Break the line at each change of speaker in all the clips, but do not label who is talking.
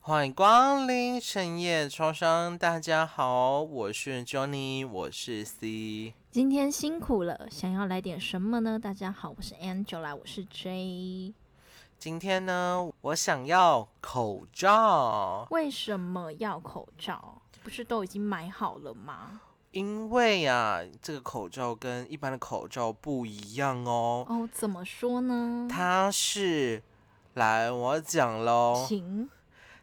欢迎光临深夜超商，大家好，我是 Johnny，我是 C。
今天辛苦了，想要来点什么呢？大家好，我是 Angela，我是 J。
今天呢，我想要口罩，
为什么要口罩？不是都已经买好了吗？
因为啊，这个口罩跟一般的口罩不一样哦，
哦，怎么说呢？
它是，来我讲喽，
请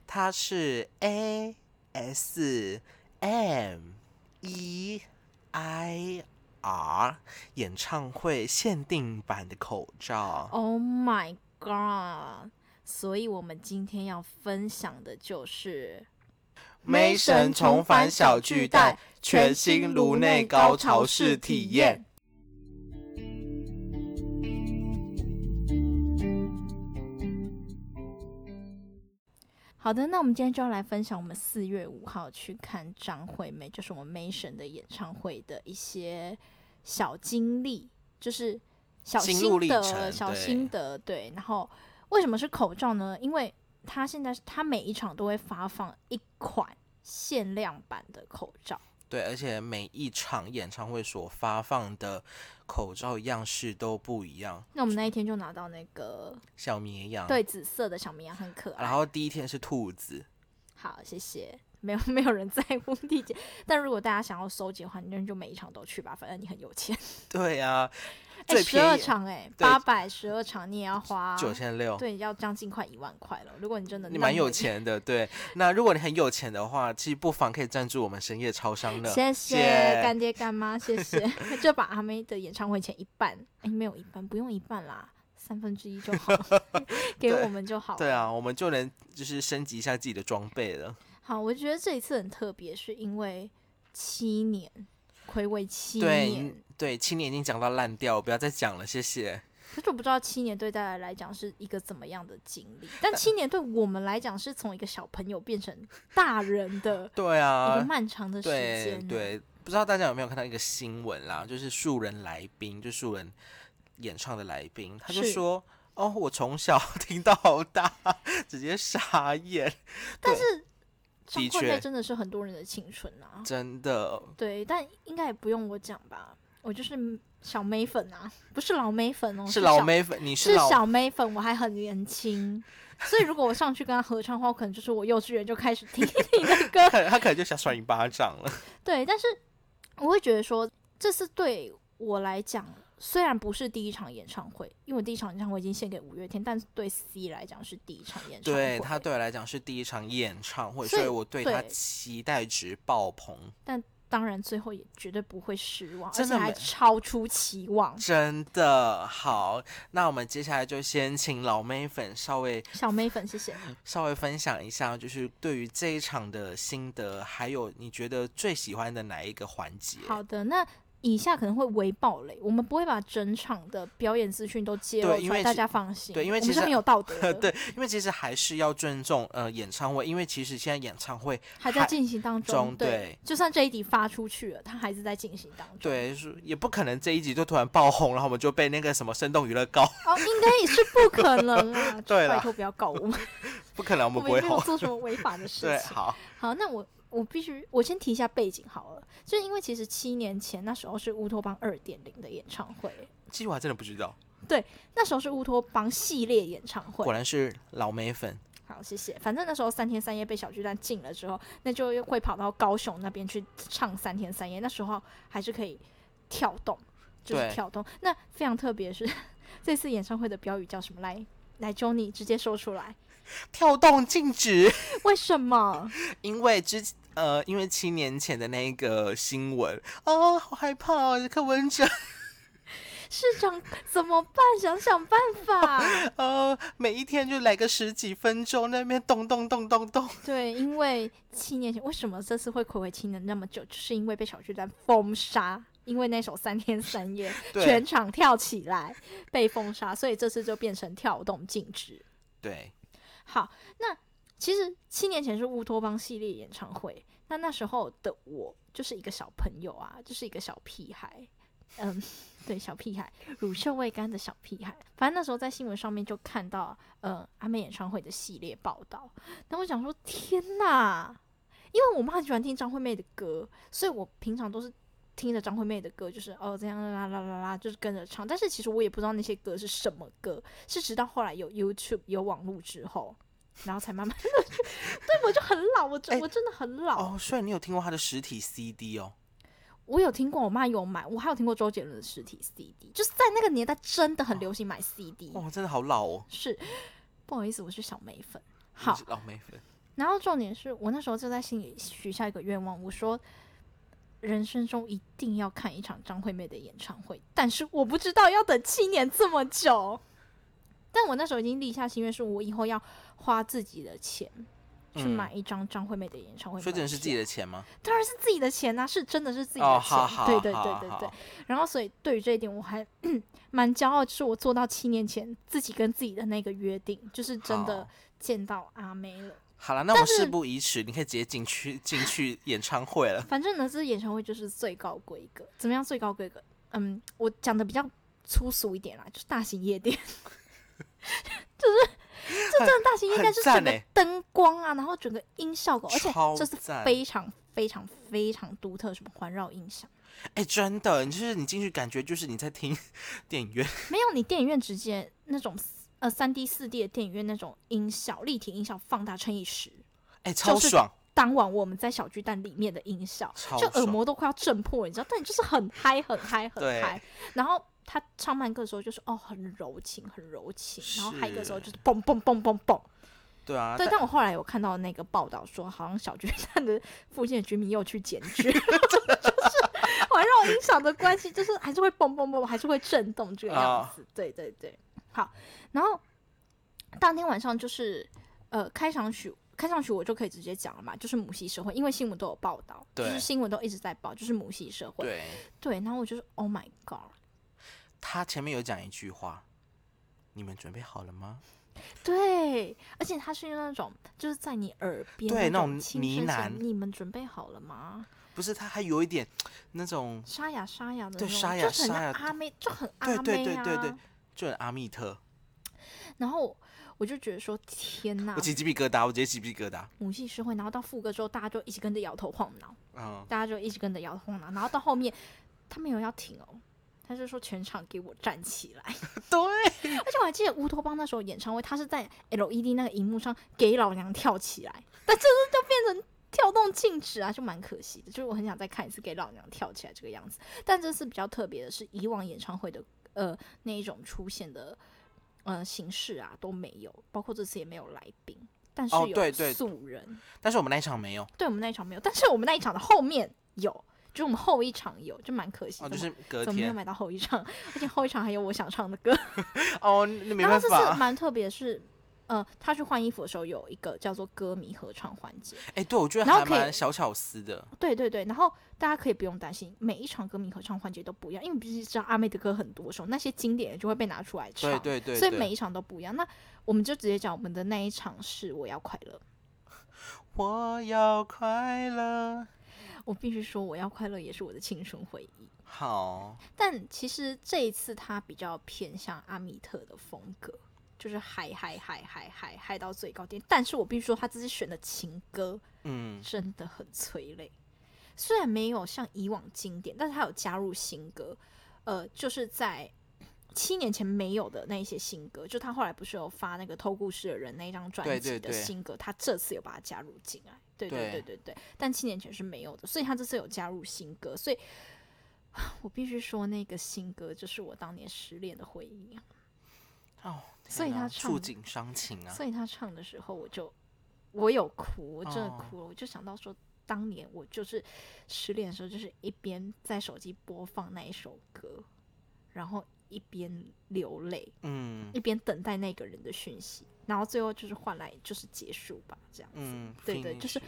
它是 A S M E I R 演唱会限定版的口罩，
，Oh my God！所以我们今天要分享的就是
梅神重返小巨蛋，全新颅内高潮式体验。。
好的，那我们今天就要来分享我们四月五号去看张惠妹，就是我们 Mason 的演唱会的一些小经历，就是小
心
心
路历
得、
程
小
对
心得。对，然后为什么是口罩呢？因为它现在它每一场都会发放一款限量版的口罩。
对，而且每一场演唱会所发放的口罩样式都不一样，
那我们那一天就拿到那个
小绵羊，
对紫色的小绵羊，很可爱。
嗯然后第一天是兔子，
好，谢谢。没有没有人在乎地姐，但如果大家想要收集的话，那就每一场都去吧，反正你很有钱。
对啊，
哎、
最
十二
便宜
场哎、
对
八百十二场你也要花
九千六，
对，要将近快一万块了。如果你真的
你
那
蛮有
么，
钱的，对。那如果你很有钱的话，其实不妨可以赞助我们深夜超商的。
谢
谢
谢干爹 干妈，谢谢，就把他们的演唱会钱一半，哎、没有一半，不用一半啦，三分之一 就好，给
对
我们就好。
对啊，我们就能就是升级一下自己的装备了。
好，我觉得这一次很特别，是因为七年，暌违七
对
年，
对，青年已经讲到烂掉，不要再讲了，谢谢。
可是我不知道七年对大家来讲是一个怎么样的经 历，但七年对我们来讲是从一个小朋友变成大人的
对
一个
啊，
漫长的时
对
间、啊。
对，不知道大家有没有看到一个新闻啦，就是素人来宾，就素人演唱的来宾，他就是说。哦，我从小 听到大，直接傻眼，
但是张
的
惠
确
妹真的是很多人的青春啊。
真的。
对，但应该也不用我讲吧，我就是小妹粉啊，不是老妹粉哦，
是老
小。
妹粉，你
是
老
小妹粉，我还很年轻，所以如果我上去跟她合唱的话，我可能就是我幼稚园就开始听你的歌，
可他可能就想甩你巴掌了。
对，但是我会觉得说，这是对我来讲，虽然不是第一场演唱会，因为我第一场演唱会已经献给五月天，但是对 C 来讲是第一场演唱会。
对他对我来讲是第一场演唱会，
所
所
以
以我对他
对
期待值爆棚，
当然最后也绝对不会失望，而
真
且
的
还
没
超出期望。
真的好。那我们接下来就先请老妹粉稍微
小妹粉，谢谢。
稍微分享一下，就是对于这一场的心得，还有你觉得最喜欢的哪一个环节？
好的，那以下可能会微暴雷，我们不会把整场的表演资讯都揭露
对因
出来，
为
大
其
家放心。
对因为
我
其
们是
实
很有道德 的，
对，因为其实还是要尊重呃演唱会，因为其实现在演唱会
还在进行当中。
中
对，
对
就算这一集发出去了，它还是在进行当中。
对，是也不可能这一集就突然爆红，然后我们就被那个什么生动娱乐告，
哦，应该也是不可能啦。
对啦
拜托不要告我们，
不可能我
我
们
们
不会
也没有
红。
做什么 违法的事
对，
情。
好，
好，那我我必须我先提一下背景好了，就是因为其实七年前那时候是乌托邦二点零的演唱会，
其实我还真的不知道，
那时候是乌托邦系列演唱会
果。然是老妹粉。
好，谢谢。反正那时候三天三夜被小巨蛋禁了之后，那就又会跑到高雄那边去唱三天三夜。那时候还是可以跳动，就是
对
跳动。那非常特别的是这次演唱会的标语叫什么？来来，Johnny 直接说出来，
跳动禁止，
为什么？
因为之呃，因为七年前的那个新闻，哦，好害怕哦，柯文哲，
市长怎么办？想想办法。
呃，每一天就来个十几分钟，那边动动动动动，
对，因为七年前为什么这次会暌违七年那么久，就是因为被小巨蛋封杀，因为那首《三天三夜》
对
全场跳起来被封杀，所以这次就变成跳动禁止。
对，
好，那其实七年前是乌托邦系列演唱会，那那时候的我就是一个小朋友啊，就是一个小屁孩，嗯， 对，小屁孩，乳臭未干的小屁孩。反正那时候在新闻上面就看到，呃，阿妹演唱会的系列报道。那我想说，天哪！因为我妈很喜欢听张惠妹的歌，所以我平常都是听着张惠妹的歌，就是哦这样啦啦啦啦，就是跟着唱。但是其实我也不知道那些歌是什么歌，是直到后来有 YouTube 有网络之后，然后才慢慢的， 对我就很老，我真、
哎
我真的很老。
哦，所以你有听过他的实体 CD 哦？
我有听过，我妈有买，我还有听过周杰伦的实体 CD，就是在那个年代真的很流行买 CD，、
哇，真的好老哦。
是不好意思，我是小美粉。好
你是，老妹粉，
然后重点是我那时候就在心里许下一个愿望，我说人生中一定要看一场张惠妹的演唱会，但是我不知道要等七年这么久。但我那时候已经立下心愿，是我以后要花自己的钱去
嗯
买一张张惠妹的演唱会门票、
所以只能是自己的钱吗？
当然是自己的钱呐、是真的是自己的钱，
哦，好好，
对对对
好
对对。
好
然后，所以对于这一点，我还 蛮骄傲，就是我做到七年前自己跟自己的那个约定，就是真的
好
见到阿妹了。
好了，那我们
但是
事不宜迟，你可以直接进去进去演唱会了。
反正呢，这演唱会就是最高规格，怎么样最高规格？嗯，我讲的比较粗俗一点啦，就是大型夜店， 就是这真的大型夜店，
很
就是
赞
整个
欸
灯光啊，然后整个音效 果，而且
超
这是
赞
非常非常非常独特，什么环绕音响。
哎、真的，你就是你进去感觉就是你在听电影院，
没有，你电影院直接那种呃三 D 四 D 的电影院那种音效，立体音效放大乘以十。
哎、超
就是
爽，
当晚我们在小巨蛋里面的音效，
超
就耳
爽
膜都快要震破了，你知道？但你就是很嗨，很嗨，很
对
嗨。然后他唱慢歌的时候就是哦，很柔情，很柔情。然后嗨歌的时候
是
就是嘣嘣嘣嘣嘣。
对啊，
对，
但
但我后来有看到那个报道说，好像小 巨蛋的附近的居民又去检举， 就是环绕音响的关系，就是还是会嘣嘣嘣，还是会震动这个样
哦
子。对对对，好，然后当天晚上就是呃开场曲。开场曲我就可以直接讲了嘛，就是母系社会，因为新闻都有报道，就是
对
新闻都一直在报，就是母系社会。
对
对，然后我就说 Oh my God，
他前面有讲一句话，你们准备好了吗？
对，而且它是用那种就是在你耳边
对那
种
种
轻
呢
声响
喃
你们准备好了吗？
不是，他还有一点那种，
沙哑沙哑的那种，
对沙哑
就很
沙
像
哑
阿妹，就很阿妹
对
啊。
对对对对，就很阿密特，
然后我就觉得说，天哪
我，起鸡皮疙瘩，我直接起鸡皮疙瘩，
母系社会。然后到副歌之后，大家就一直跟着摇头晃脑，
嗯，
大家就一直跟着摇头晃脑。然后到后面，他没有要停哦，他就说全场给我站起来。
嗯对，
而且我还记得乌托邦那时候演唱会，他是在 LED 那个荧幕上给老娘跳起来，但这次就变成跳动静止啊，就蛮可惜的。就是我很想再看一次给老娘跳起来这个样子，但这次比较特别的是，以往演唱会的呃那一种出现的呃形式啊都没有，包括这次也没有来宾，但是
哦
有
对对
素人，
但是我们那一场没有，
对我们那一场没有，但是我们那一场的后面有。就我们后一场有，就蛮可惜的。
哦，就是隔
怎么没有
天，
买到后一场？ 而且后一场还有我想唱的歌。
哦，那没
然后
办
这次
法，
蛮特别，是呃，他去换衣服的时候有一个叫做歌迷合唱环节，
哎、对我觉得
然后
还
可以
蛮小巧思的，
对对对，然后大家可以不用担心，每一场歌迷合唱环节都不一样，因为毕竟知道阿妹的歌很多首，那些经典就会被拿出来唱，
对对对，
所以
对
每一场都不一样。那我们就直接讲我们的那一场是我要快乐，
我要快乐，
我必须说我要快乐也是我的青春回忆。
好，
但其实这一次他比较偏向阿米特的风格，就是嗨嗨嗨嗨嗨嗨到最高点。但是我必须说，他这次选的情歌
嗯，
真的很催泪。虽然没有像以往经典，但是它有加入新歌，呃，就是在七年前没有的那一些新歌，就他后来不是有发那个《偷故事的人》那一张专
对
辑
对
的
对
新歌，他这次有把它加入进来，对对
对
对对对，但七年前是没有的，所以他这次有加入新歌，所以啊我必须说那个新歌就是我当年失恋的回忆啊，
哦，
所以
天哪
他
触
唱
景伤情啊，
所以他唱的时候，我就我有哭，我真的
哦
哭了。我就想到说，当年我就是失恋的时候，就是一边在手机播放那一首歌，然后一边流泪，
嗯
一边等待那个人的讯息，然后最后就是换来就是结束吧，这样子。
嗯，
对对就是
finish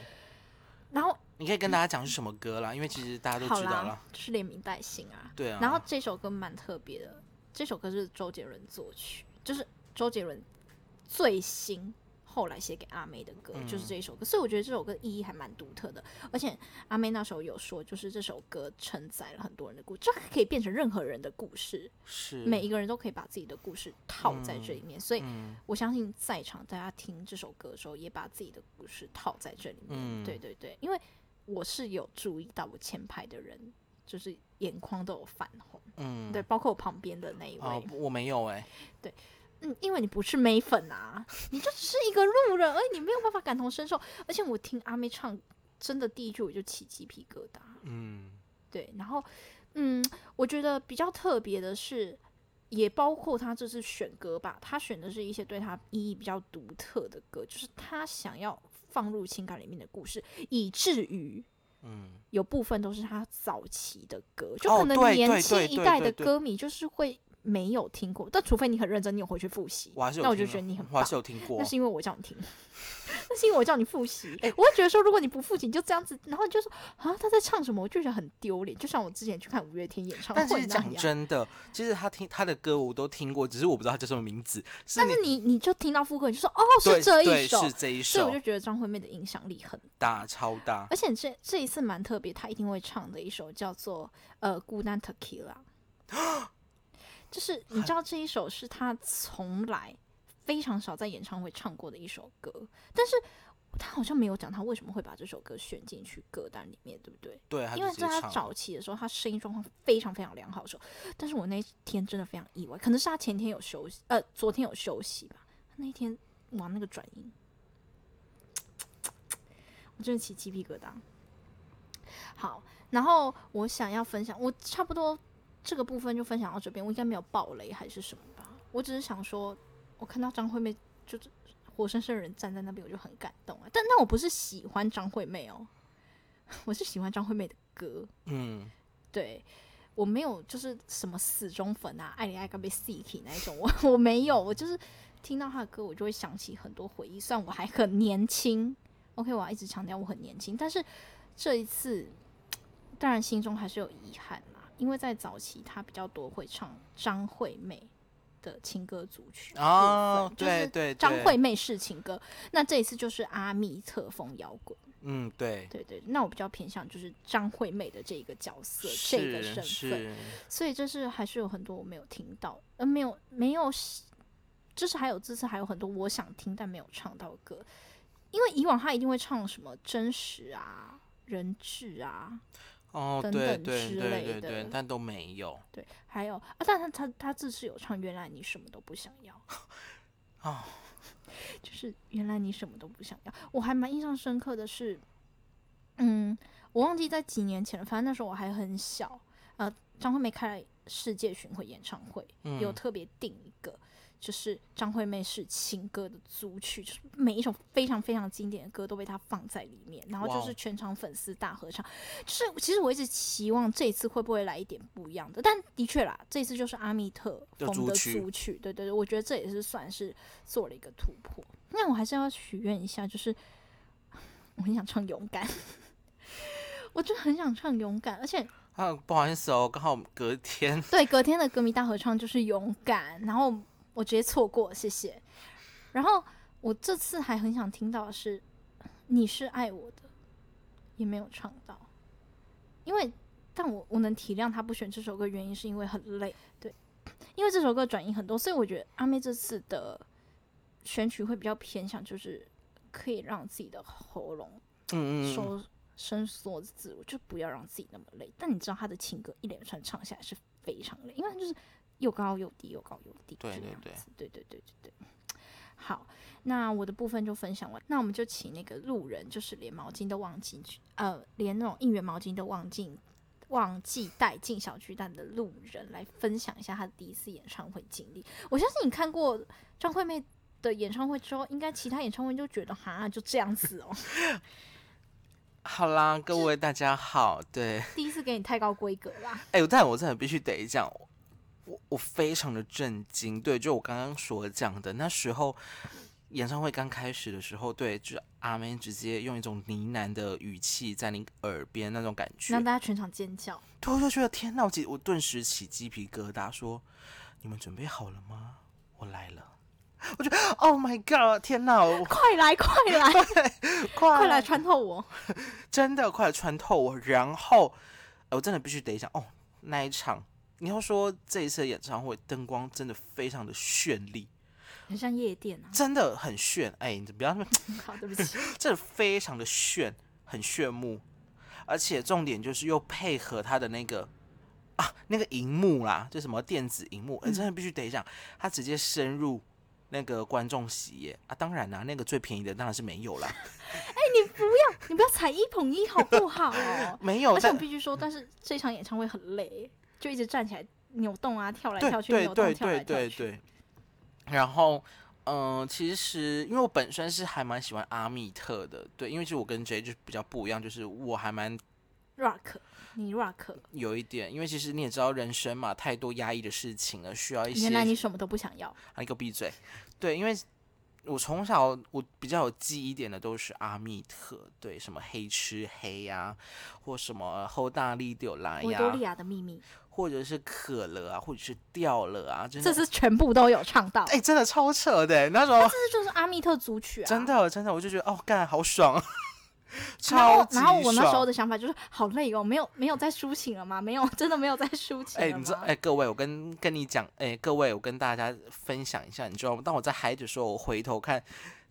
然后
你可以跟大家讲是什么歌啦，因为其实大家都
好
知道
啦
了，，
就是连名带姓啊。
对啊，
然后这首歌蛮特别的，这首歌是周杰伦作曲，就是周杰伦最新后来写给阿妹的歌，就是
嗯
这一首歌。所以我觉得这首歌意义还蛮独特的，而且阿妹那时候有说，就是这首歌承载了很多人的故事，这可以变成任何人的故事，
是
每一个人都可以把自己的故事套在这里面。所以
嗯
我相信在场大家听这首歌的时候，也把自己的故事套在这里面。
嗯
对对对，因为我是有注意到我前排的人，就是眼眶都有泛红，
嗯
对，包括我旁边的那一位。
哦，不我没有哎、
嗯，因为你不是美粉啊，你就只是一个路人，而已，你没有办法感同身受。而且我听阿妹唱，真的第一句我就起鸡皮疙瘩。
嗯
对，然后，嗯，我觉得比较特别的是，也包括他这次选歌吧，他选的是一些对他意义比较独特的歌，就是他想要放入情感里面的故事，以至于
嗯，
有部分都是他早期的歌，就
哦
可能
对
年
对
轻
对
一
对
代
对
的
对
歌迷就是会没有听过，但除非你很认真，你有回去复习，
我还是有
那我就
听
觉得你很
我还
棒
是。有听过
那，是因为我叫你听， 那是因为我叫你复习。
哎
我会觉得说，如果你不复习，你就这样子，然后你就说啊，他在唱什么，我就觉得很丢脸。就像我之前去看五月天演唱
但
会
是
那
讲
样。
真的，其实他听他的歌我都听过，只是我不知道他叫什么名字。是
但
你
是你你就听到副歌，你就说哦
对
这一
对
首
是，这一
所以我
首
就觉得张惠妹的影响力很大，
大超大，
而且这这一次蛮特别，她一定会唱的一首叫做呃《孤单 Tequila》，就是你知道这一首是她从来非常少在演唱会唱过的一首歌，但是她好像没有讲她为什么会把这首歌选进去歌单里面，对不对？
对，他
因
就
为
直接
在他
唱
早
了
期的时候，他声音状况非常非常良好的时候，但是我那一天真的非常意外，可能是他前天有休息，呃，昨天有休息吧。他那一天哇，那个转音，我真的起鸡皮疙瘩。好，然后我想要分享，我差不多这个部分就分享到这边，我应该没有爆雷还是什么吧？我只是想说，我看到张惠妹就是活生生的人站在那边，我就很感动啊。但但我不是喜欢张惠妹哦， 我是喜欢张惠妹的歌，
嗯，
对。我没有，就是什么死忠粉啊，爱你爱个被 s i c k 那一种，我 我没有，我就是听到她的歌，我就会想起很多回忆。虽然我还很年轻，OK，我要一直强调我很年轻，但是这一次，当然心中还是有遗憾啦，因为在早期她比较多会唱张惠妹的情歌组曲
哦
部分就是
对对
张
对
惠妹式情歌，那这一次就是阿密特风摇滚。
嗯，对，
对对，那我比较偏向就是张惠妹的这一个角色，这个
是
身份，
是，
所以这是还是有很多我没有听到，呃，没有没有，就是还有这次还有很多我想听但没有唱到的歌，因为以往她一定会唱什么真实啊、人质啊，
哦，
等
对
等
对
之类
对对
的
对，但都没有
对，还有啊，但她她她这次有唱原来你什么都不想要，
哦，
就是原来你什么都不想要。我还蛮印象深刻的是，嗯，我忘记在几年前了，反正那时候我还很小。呃，张惠妹开了世界巡回演唱会，
嗯
有特别定一个，就是张惠妹是情歌的组曲，就是每一首非常非常经典的歌都被她放在里面，然后
哇
就
哦
是全场粉丝大合唱。就是其实我一直期望这一次会不会来一点不一样的，但的确啦，这一次就是阿密特
的
风
组
的
曲
组曲，对对对，我觉得这也是算是做了一个突破。那我还是要许愿一下，就是 我很想唱《勇敢》， 我就很想唱《勇敢》，而且
啊，不好意思哦，刚好隔天，
对，隔天的歌迷大合唱就是勇敢，然后我直接错过，谢谢。然后我这次还很想听到的是你是爱我的，也没有唱到，因为但我我能体谅他不选这首歌，原因是因为很累，对，因为这首歌转音很多，所以我觉得阿妹这次的选曲会比较偏向就是可以让自己的喉咙
嗯嗯嗯，
收伸缩自如，就不要让自己那么累。但你知道他的情歌一连串唱下来是非常累，因为他就是又高又低，又高又低，
对
这个
对
样
对
子对对对对对。好，那我的部分就分享完，那我们就请那个路人，就是连毛巾都忘记去，呃，连那种应援毛巾都忘记忘记带进小巨蛋的路人来分享一下他的第一次演唱会经历。我相信你看过张惠妹的演唱会之后，应该其他演唱会就觉得哈就这样子哦，
好啦，各位大家好，对，
第一次给你太高规格啦。
哎、但我真的必须得讲，我我非常的震惊。对，就我刚刚所讲的，那时候演唱会刚开始的时候，对，就是阿妹直接用一种呢喃的语气在你耳边那种感觉
让，大家全场尖叫。
对，我就觉得天呐，我起我顿时起鸡皮疙瘩，说你们准备好了吗？我来了。 我觉得 Oh my God，天哪，我
快来快来
快
快来穿透我！
真的快穿透我。然后，呃我真的必须得讲哦，那一场你要说这一次的演唱会灯光真的非常的绚丽，
很像夜店啊。
真的很炫。哎、你不要那么，
好，对不起。
真的非常的炫，很炫目。而且重点就是又配合它的那个啊，那个荧幕啦，就什么电子荧
嗯
幕，哎、真的必须得讲，它直接深入。那个观众席耶啊，当然啦、那个最便宜的当然是没有啦，？
你不要踩一捧一好不好、哦
没有
而且
在
我必须说，但是这场演唱会很累，就一直站起来扭动啊，跳来
对
跳去，
对
扭动
对
跳来
对
跳
对
去。
对。然后，嗯、其实因为我本身是还蛮喜欢阿密特的，对，因为其实我跟 J 就比较不一样，就是我还蛮
Rock，你 Rock，
有一点，因为其实你也知道人生嘛，太多压抑的事情了，需要一些
原来你什么都不想要。
啊，你给我闭嘴。对，因为我从小我比较有记忆点的都是阿密特，对，什么黑吃黑呀、或什么后大力丢来
维多
哎呀
利，亚的秘密，
或者是可乐啊，或者是掉了啊，真的
这，次全部都有唱到，
哎、真的超扯的、欸那时候
这就是阿密特组曲啊。
真。的真的，我就觉得哦，干好爽，
然
超
后，
级
然
爽。
后我那时候的想法就是，好累哦，没有没有在抒情了吗？没有，真的没有在抒情
哎、
了
你知道，
吗？
哎、各位，我跟跟你讲，哎、各位，我跟大家分享一下，你知道吗？当我在嗨的时候，我回头看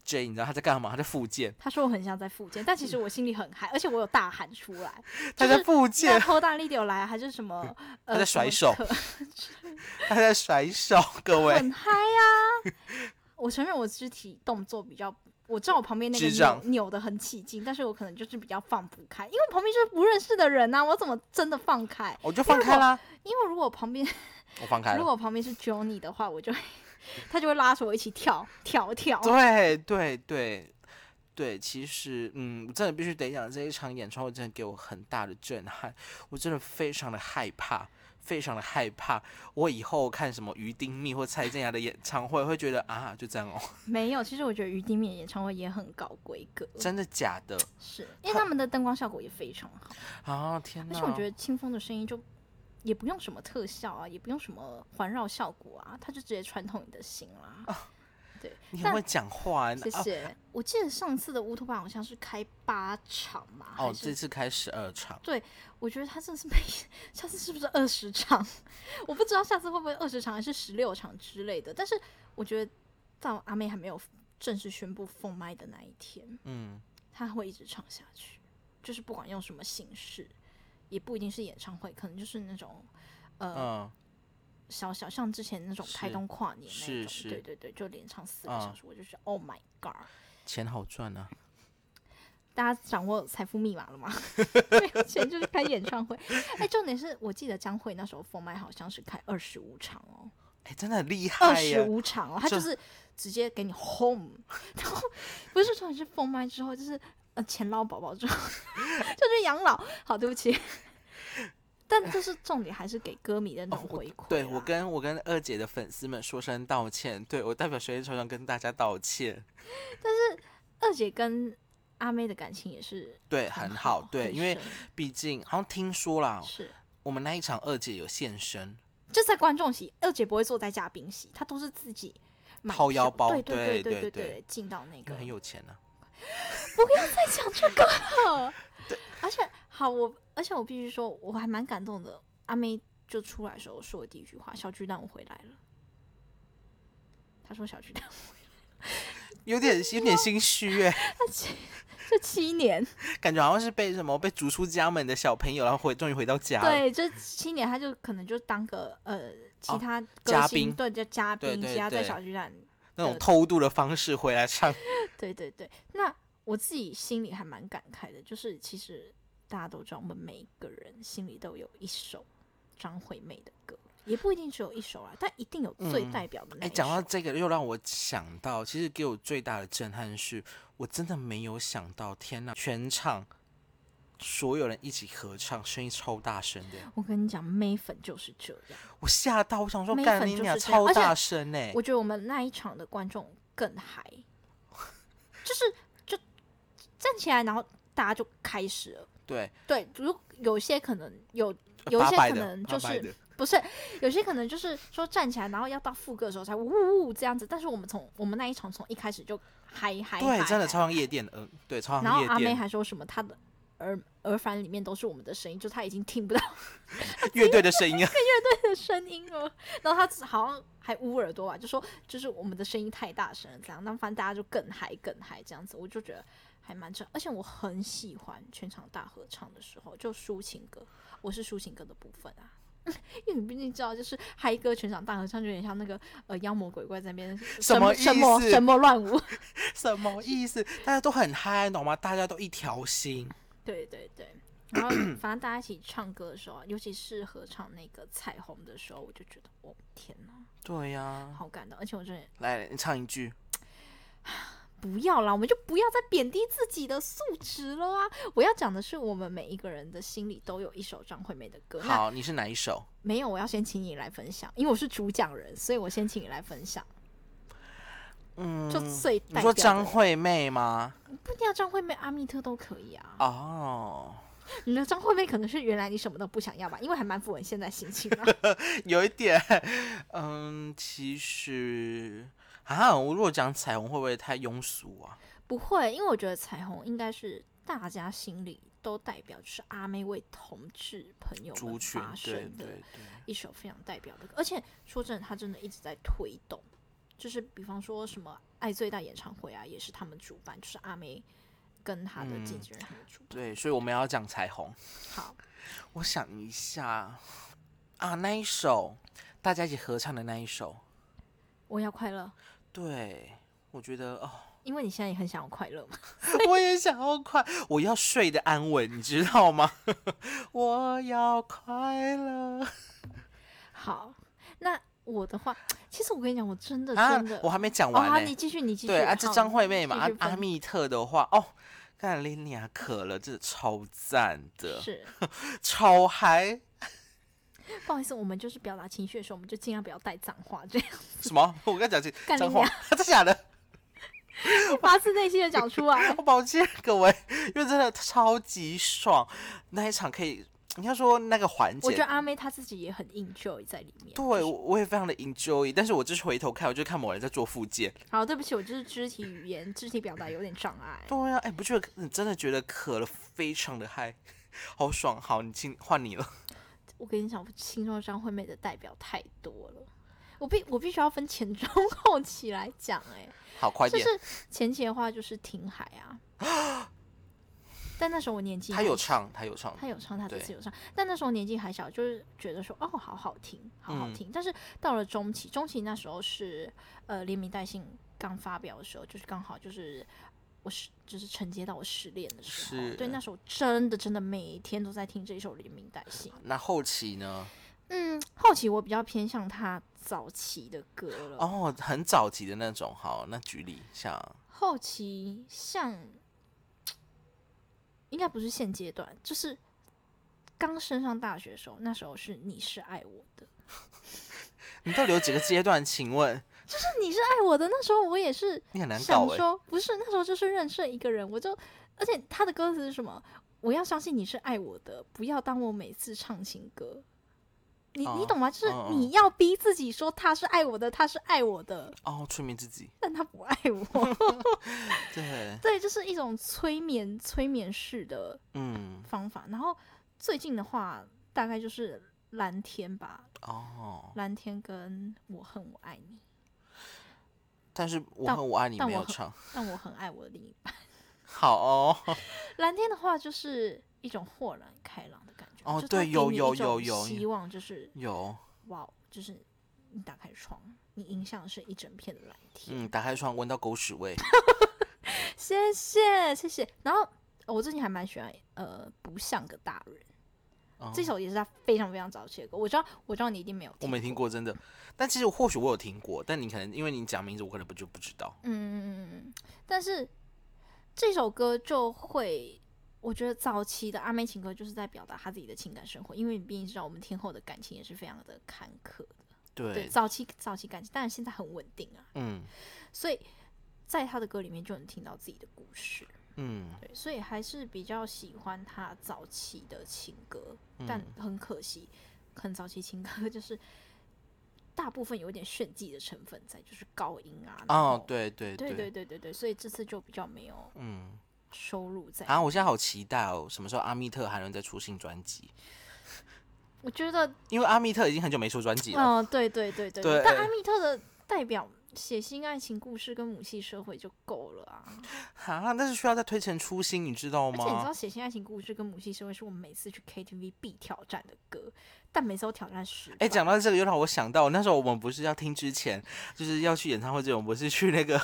J，你知道他在干嘛？他在复健，
他说我很像在复健，但其实
嗯
我心里很嗨，而且我有大喊出来，
他
就
在
是
复
那
健，
偷大力的有来还是什么？呃，
嗯他在甩
什
手
么可
他在甩手，各位，
很嗨呀、 我承认我肢体动作比较，我知道我旁边那个
智障
扭扭的很起劲，但是我可能就是比较放不开，因为我旁边就是不认识的人呐、我怎么真的放开？
我就放开啦，
因为如果我旁边
我放开
如
了。
果我旁边是 Johnny 的话，我就会 他就会拉着我一起跳跳跳。
对对对对，其实嗯，我真的必须得讲，这一场演唱会真的给我很大的震撼，我真的非常的害怕，非常的害怕。我以后看什么于丁密或蔡健雅的演唱会，会觉得啊，就这样哦，
没有，其实我觉得于丁面演唱会也很高规格，
真的假的？
是因为他们的灯光效果也非常好，
啊天
而
哪！
且我觉得清风的声音就。也不用什么特效啊，也不用什么环绕效果啊，他就直接穿透你的心啦。
哦
对，
你很
但
会讲话、啊，
谢谢。我记得上次的乌托邦好像是开八场嘛，
哦
还，
这
是
次开十二场，
我觉得他真的是没，下次是不是二十场？ 我不知道下次会不会二十场还是十六场之类的。但是我觉得到阿妹还没有正式宣布封麦的那一天，
嗯，
她会一直唱下去，就是不管用什么形式，也不一定是演唱会，可能就是那种呃、
嗯，
小小像之前那种
是
开通跨年那
是
种，
是
对对对，就连唱四个
嗯
小时，我就是 Oh my God！
钱好赚啊，
大家掌握财富密码了吗？ 没有钱就是开演唱会。哎、重点是我记得江蕙那时候封麦好像是开二十五场哦，
哎、真的很厉
二
害耶、
十五场哦，他
这
就是直接给你 home，然 后不是重点是封麦之后就是呃钱捞宝宝之后 就是养老。好，对不起。但就是重点还是给歌迷的那种回馈、啊
对哦我。跟我跟二姐的粉丝们说声道歉，对我代表学业超常跟大家道歉。
二姐跟阿妹的感情也是
对，很好，对，
很
因为
深
毕竟好像听说啦，
是
我们那一场二姐有现身，
就在观众席，二姐不会坐在嘉宾席，她都是自己买
掏
票
腰包
对
对
对对
对对
对对，进到那
因
个
为很有钱啊呢、
在讲这个了。嗯而且好，我而且我必须说，我还蛮感动的。阿妹就出来的时候说的第一句话：“小巨蛋，我回来了。”她说：“小巨蛋，
有点有点心虚哎、
这七年，
感觉好像是被什么被逐出家门的小朋友，然后回终于回到家了。
对，这七年，她就可能就当个呃其
哦
他
嘉
歌星，
宾
对，就嘉
对
宾，
对
其他在
对
小巨蛋
那种偷渡的方式回来 唱，
对对对，那我自己心里还蛮感慨的，就是其实大家都知道，我们每一个人心里都有一首张惠妹的歌，也不一定只有一首啊，但一定有最代表的那
哎，
一首。
讲到这个，又让我想到，其实给我最大的震撼是，我真的没有想到，天呐，全场所有人一起合唱，声音超大声的，
我跟你讲，妹粉就是这样。
我吓到，我想说，
妹
干
粉
你
就是
俩
这样
超
而且
大声欸呢、
我觉得我们那一场的观众 更嗨，就是就站起来，然后大家就开始了。
对，
对，如有些可能有有一
八
些
百
可
的
能
八
就
百
是
的
不是，有些可能就是说站起来，然后要到副歌的时候才呜呜呜这样子。但是我们从我们那一场从一开始就嗨嗨，
对，
嗨
真的
嗨
超像夜店的，嗯、对，超
然
像
后
夜
阿妹
店
还说什么她的耳耳返里面都是我们的声音，就她已经听不到
乐队的声音啊，
她的声音了。然后她只好像还捂耳朵吧，就说就是我们的声音太大声了这样。但反正大家就更嗨更嗨这样子，我就觉得还蛮正。而且我很喜欢全场大合唱的时候，就抒情歌，我是抒情歌的部分啊。 因为你毕竟知道，就是嗨歌全场大合唱，就有点像那个呃妖魔鬼怪在那边
什么
神
意
魔
思
神魔乱舞，
什么意思？大家都很嗨，懂吗？大家都一条心，
对对对， 然后反正大家一起唱歌的时候啊，尤其是合唱那个彩虹的时候，我就觉得，哦天哪，
对呀、
好感动！而且我真的
来，你唱一句，
不要啦，我们就不要再贬低自己的素质了啊！我要讲的是，我们每一个人的心里都有一首张惠妹的歌。那
好，你是哪一首？
没有，我要先请你来分享，因为我是主讲人，所以我先请你来分享，
嗯，
就最代
你
表
说
的
张惠妹吗？
不一定要张惠妹、阿密特都可以啊。
哦，
你的张惠妹可能是原来你什么都不想要吧，因为还蛮符合你现在心情 啊。
有一点，嗯，其实啊，我如果讲彩虹会不会太庸俗啊？
不会，因为我觉得彩虹应该是大家心里都代表，就是阿妹为同志朋友
族
们
群
发，
对
声
对
的
对，
一首非常代表的歌。而且说真的，她真的一直在推动，就是比方说什么爱最大演唱会啊，也是他们主办，就是阿妹跟她的经纪人他们主办。
嗯对，所以我们要讲彩虹。
好，
我想一下啊，那一首大家一起合唱的那一首，
我要快乐，
对我觉得 哦，
因为你现在也很想要快乐嘛。
我也想要快，我要睡得安稳，你知道吗？ 我要快乐
好，那我的话，其实我跟你讲，我真的
啊
真的，！
我还没讲
哦，好，
完呢、
你继续，你继续。
对啊，这
好
张惠妹嘛，
继
阿
续
阿
分
密特的话，哦，干林尼亚可了，这超赞的，
是。
超嗨！
不好意思，我们就是表达情绪的时候，我们就尽量不要带脏话，这样
什么？ 我刚讲这
干啊
脏
林
话
雅，
真的假的？
发自内心的讲出来。
我抱歉各位，因为真的超级爽，那一场可以，你要说那个环
我
节
觉得，阿妹她自己也很 enjoy 在里面。
对我我也非常的 enjoy，但是我就是回头看，我就看某人在做复健。
好，对不起，我就是肢体语言、肢体表达有点障碍。
对啊，哎、不觉得你真的觉得渴了，非常的嗨，好爽。好，你进换你了。
我跟你讲，我心中张惠妹的代表太多了，我必我必须要分前中后期来讲、欸，
好，快
就
点。
是前期的话就是听海啊，但那时候我年纪
他
还
有唱，他有唱，
他有唱，他这
对
次有唱，但那时候年纪还小，就是觉得说哦，好好听，好好
嗯
听。但是到了中期，中期那时候是呃连名带姓刚发表的时候，就是刚好就是我是就是承接到我失恋的时候，
是
对，那时候真的真的每天都在听这一首连名带姓。
那后期呢？
嗯，后期我比较偏向他早期的歌了，
哦，很早期的那种。好，那举例像
后期像应该不是现阶段，就是。刚升上大学的时候，那时候是你是爱我的，
你到底有几个阶段？请问
你是爱我的，那时候我也是
你很难搞
想
哎、
说，不是那时候就是认识一个人，我就，而且他的歌词是什么？我要相信你是爱我的，不要当我每次唱情歌。你、你
哦
懂吗？就是
嗯嗯
你要逼自己说他是爱我的，他是爱我的，
哦，催眠自己。
但他不爱我。
对，
对，就是一种催眠、催眠式的
嗯，
方法。然后最近的话，大概就是蓝天吧，
哦，
蓝天跟我恨我爱你，
但是我
但
和我爱你
但
没
我
有
很
唱。
但我很爱我的另一半。
好哦，
蓝天的话就是一种豁然开朗的感觉。
哦
就
对
它给
有
你
有
一种
有有
希望就是
有，
哇，哦就是你打开窗，你迎向的是一整片的蓝天。
嗯，打开窗闻到狗屎味。
谢谢谢谢。然后、呃我最近还蛮喜欢呃，不像个大人、
哦
这首也是他非常非常早期的歌。我知道我知道你一定没有
我
听，
没听。过，真的。但其实或许我有听过，但你可能因为你讲名字，我可能不就不知道。
嗯，但是这首歌就会。我觉得早期的阿妹情歌就是在表达她自己的情感生活，因为你毕竟知道我们天后的感情也是非常的坎坷对，
对，
早期早期感情，但是现在很稳定啊，
嗯
所以在他的歌里面就能听到自己的故事，
嗯
对，所以
嗯
还是比较喜欢他早期的情歌，但很可惜，很早期情歌， 就是大部分有一点炫技的成分在，就是高音啊。然
哦
后，
对对
对对对对对，所以这次就比较没有
嗯，
收入在。
啊，我现在好期待哦，什么时候阿密特还能再出新专辑？
我觉得，
因为阿密特已经很久没出专辑了。
嗯、对对对对
对
但阿密特的代表写新爱情故事跟母系社会就够了啊。
哈，但是需要再推陈出新，你知道
而且你知道，
吗？
写信爱情故事跟母系社会是我们每次去 KTV 必挑战的歌，但每次都挑战十段。
哎，讲到这个，又让我想到，那时候我们不是要听之前，就是要去演唱会之前，我们不是去 那个，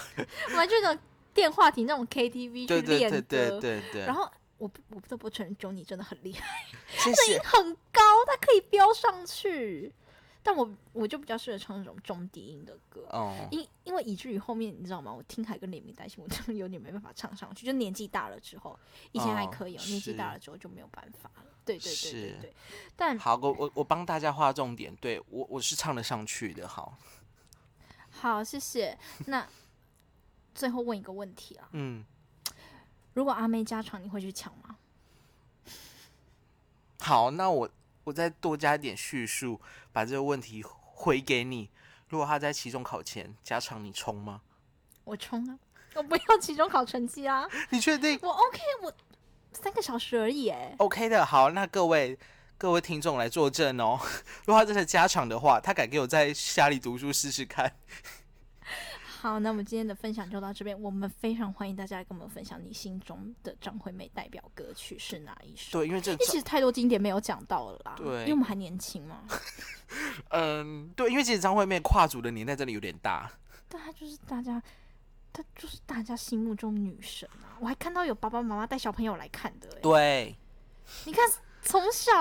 我们就那种电话亭那种 KTV 去
对对
练
对对
歌，
对对，
然后我不我不得不承认，Johnny 真的很厉害，
谢谢。
很高，他可以飙上去。但我我就比较适合唱那种中低音的歌，
哦，
因因为以至于后面你知道吗？我听海跟连名带姓，我真的有点没办法唱上去。就年纪大了之后，以前还
哦
可以、哦，年纪大
是
了之后就没有办法了。对对对对
是
对，但
好，我我我帮大家划重点，对我我是唱得上去的，好，
好，谢谢。 那最后问一个问题啊，
嗯，
如果阿妹加场，你会去抢吗？
好，那我我再多加一点叙述，把这个问题回给你。如果他在期中考前加长，你冲吗？
我冲啊！我不要期中考成绩啊！
你确定
我 OK，我三个小时而已哎、
？OK 的，好，那各位各位听众来作证哦。 如果他真的加长的话，他敢给我在家里读书试试看。
好，那我们今天的分享就到这边。我们非常欢迎大家来跟我们分享你心中的张惠妹代表歌曲是哪一首。
对，因为这
因为其实太多经典没有讲到了啦，
对
因为我们还年轻 嘛。
嗯，对，因为其实张惠妹跨足的年代真的有点大。
但她就是大家，她就是大家心目中女神啊！我还看到有爸爸妈妈带小朋友来看的、欸，
对，
你看，从 小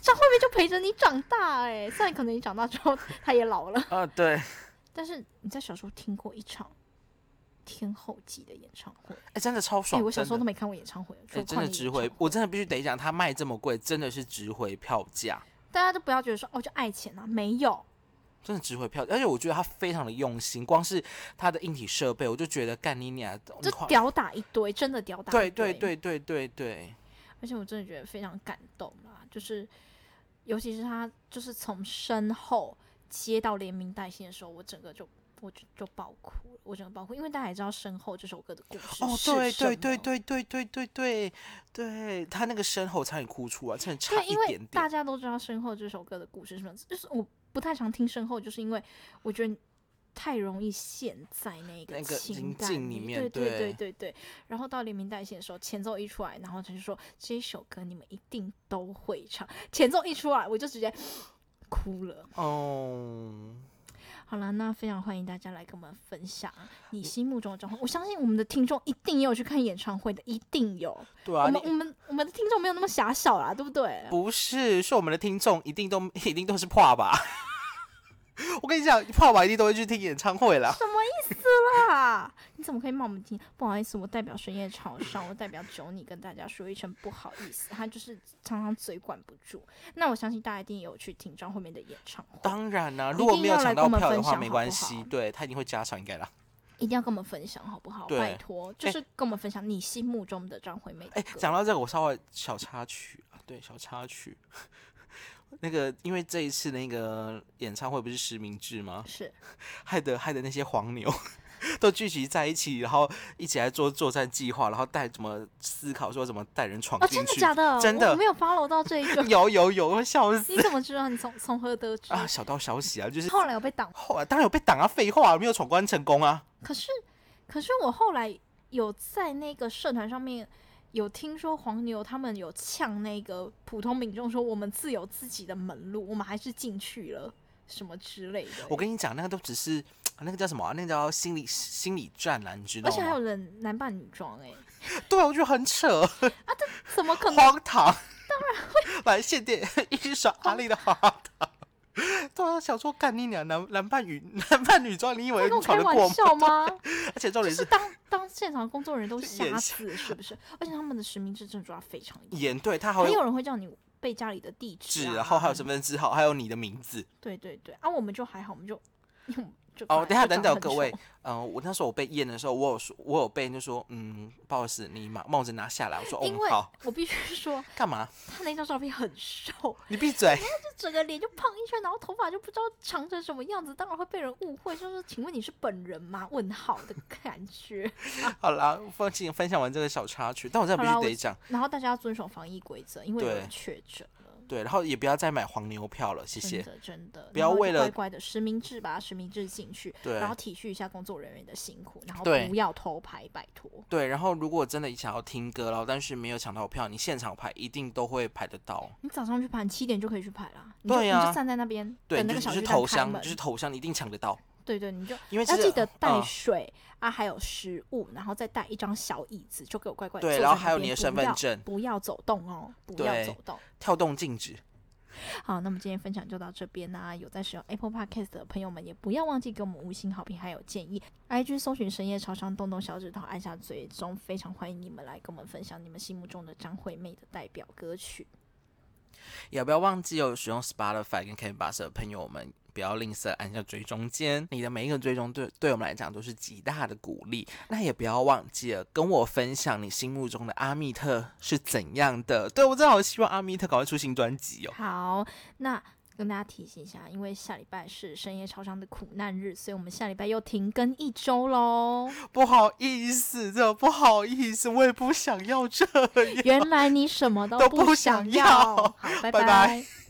张惠妹就陪着你长大、哎，虽然可能你长大之后她也老了，
啊、对，
但是你在小时候听过一场天后级的演唱会，
哎、真的超
哎、
爽。
我小时候
真
都
的
没看过演唱会，
哎、真的值
值
回，我真的必须得讲，他卖这么贵，真的是值回票价。
大家都不要觉得说哦，就爱钱啊，没有，
真的值回票，而且我觉得他非常的用心，光是他的硬体设备，我就觉得干你娘！
就
你花
屌打一堆，真的屌打
对
一堆，
对，对对对对，
而且我真的觉得非常感动啦，就是尤其是他就是从身后接到连名带姓的时候，我整个就。我就就爆哭了，我整个爆哭，因为大家也知道《身后》这首歌的故事
哦，
是
对
什
对对
么
对对对对对对，他那个身后差点哭出来，真的差
对，
一
因为
点
大
点。
家都知道《身后》这首歌的故事是什么，就是我不太常听《身后》，就是因为我觉得太容易陷在那
那
个
个
情
情
感
境里面
对对
对
对对对。然后到连名带姓的时候，前奏一出来，然后他就说这一首歌你们一定都会唱。前奏一出来，我就直接哭了。
哦，
好了，那非常欢迎大家来跟我们分享
嗯
你心目中的状况。我相信我们的听众一定也有去看演唱会的，一定有。
对啊，
我们我
你
们我们的听众没有那么狭小啦，对不对？
不是是我们的听众一定都 一定都是怕吧？ 我跟你讲，怕吧一定都会去听演唱会啦。
什么意思啦？你怎么可以骂我们听？不好意思，我代表深夜超商，我代表九你跟大家说一声不好意思。他就是常常嘴管不住。那我相信大家一定有去听张惠妹的演唱会，
当然啦、
一
如果
定
没有
要
抢
来跟
到
我们
票的
分
话
享
没
好
关
不
系
好，
对他一定会加上应该啦。
一定要跟我们分享好不好？
对
拜托，就
哎
是跟我们分享你心目中的张惠妹的
哎、
歌。
讲到这个，我稍微小插曲啊，对，小插曲。 那个，因为这一次那个演唱会不是实名制吗？
是
害得害得那些黄牛 都聚集在一起，然后一起来做作战计划，然后带怎么思考说怎么带人闯
哦，
进
真的
去。
假的？
真的。
我没有 follow 到这一个
有有有，我笑死
你怎么知道？你从从何得知？
啊！小道消息啊，就是
后来有被挡，
后来当然有被挡啊，废话，没有闯关成功啊。
可是可是我后来有在那个社团上面有听说黄牛他们有呛那个普通民众说我们自有自己的门路，我们还是进去了什么之类的。
我跟你讲，那个都只是那个叫什么啊、那个叫心理心理战啦，你知道
而且还有
吗？
人男扮女装哎、
对啊，我觉得很扯。
怎 么可能？
荒唐，当然会来现点一耍阿丽的荒唐。对啊，想说干你娘男男扮女男扮女装，你以为
在跟
你
我开
闯得过
玩
吗？
笑吗？
而且重
就
点
是
是
当当现场工作人 员都
演
吓
戏
死，是不是？而且他们的实名制证抓非常严，
演对他好
还有
有
人会叫你背家里的地址、
纸，
啊，
然后还有身份证号，还有你的名字。
对对对，啊，我们就还好，我们就 就
哦，等
本来
一下
就
等
长
等
很
各
丑
位，嗯、我那时候我被验的时候，我有说，我有被就说，嗯，不好意思，你把帽子拿下来。我说，
因
哦，
为
好，
我必须说，
干嘛？
他那张照片很瘦，
你闭嘴。
就整个脸就胖一圈，然后头发就不知道长成什么样子，当然会被人误会，就是请问你是本人吗？问号的感 觉。
好啦，放弃分享完这个小插曲，但我真的必
好啦
须
我
得讲，
然后大家要遵守防疫规则，因为有
对
人确诊了。
对，然后也不要再买黄牛票了，谢
真
谢。
的真的，
不要
然后就
为了
乖乖的实名制把实名制进去，
对啊
然后体恤一下工作人员的辛苦，然后
对
不要偷拍，拜托。
对，然后如果真的想要听歌，然后但是没有抢到票，你现场排一定都会排得到。
你早上去排，你七点就可以去排啦，你就
对呀
你就站在那边
对，你
等
就
那个
是你
小
就
区
是
站
投
开
降，
门，
就是投降，你一定抢得到。
对对，你就
因为其
要
实
记得带
嗯
水、啊，还有食物，然后再带一张小椅子，就给我乖乖
对
坐
然后
在
还
那
有你
边
的身
不
份
要
证
不要走动哦，不要
对
走动。
跳动禁止。
好，那么今天分享就到这边啦、有在使用 Apple Podcast 的朋友们，也不要忘记给我们五星好评还有建议。IG 搜寻深夜超商，动动小指头按下追踪，非常欢迎你们来跟我们分享你们心目中的张惠妹的代表歌曲。
也不要忘记有使用 Spotify 跟 k b u s 的朋友们，不要吝啬按下追踪键，你的每一个追踪对对我们来讲都是极大的鼓励。那也不要忘记了跟我分享你心目中的阿密特是怎样的。对我真的好希望阿密特赶快出新专辑哦。
好，那跟大家提醒一下，因为下礼拜是深夜超商的苦难日，所以我们下礼拜又停更一周喽。
不好意思，真的不好意思，我也不想要这样。
原来你什么都
都不
不想
想
要。
要
好，拜
拜拜
拜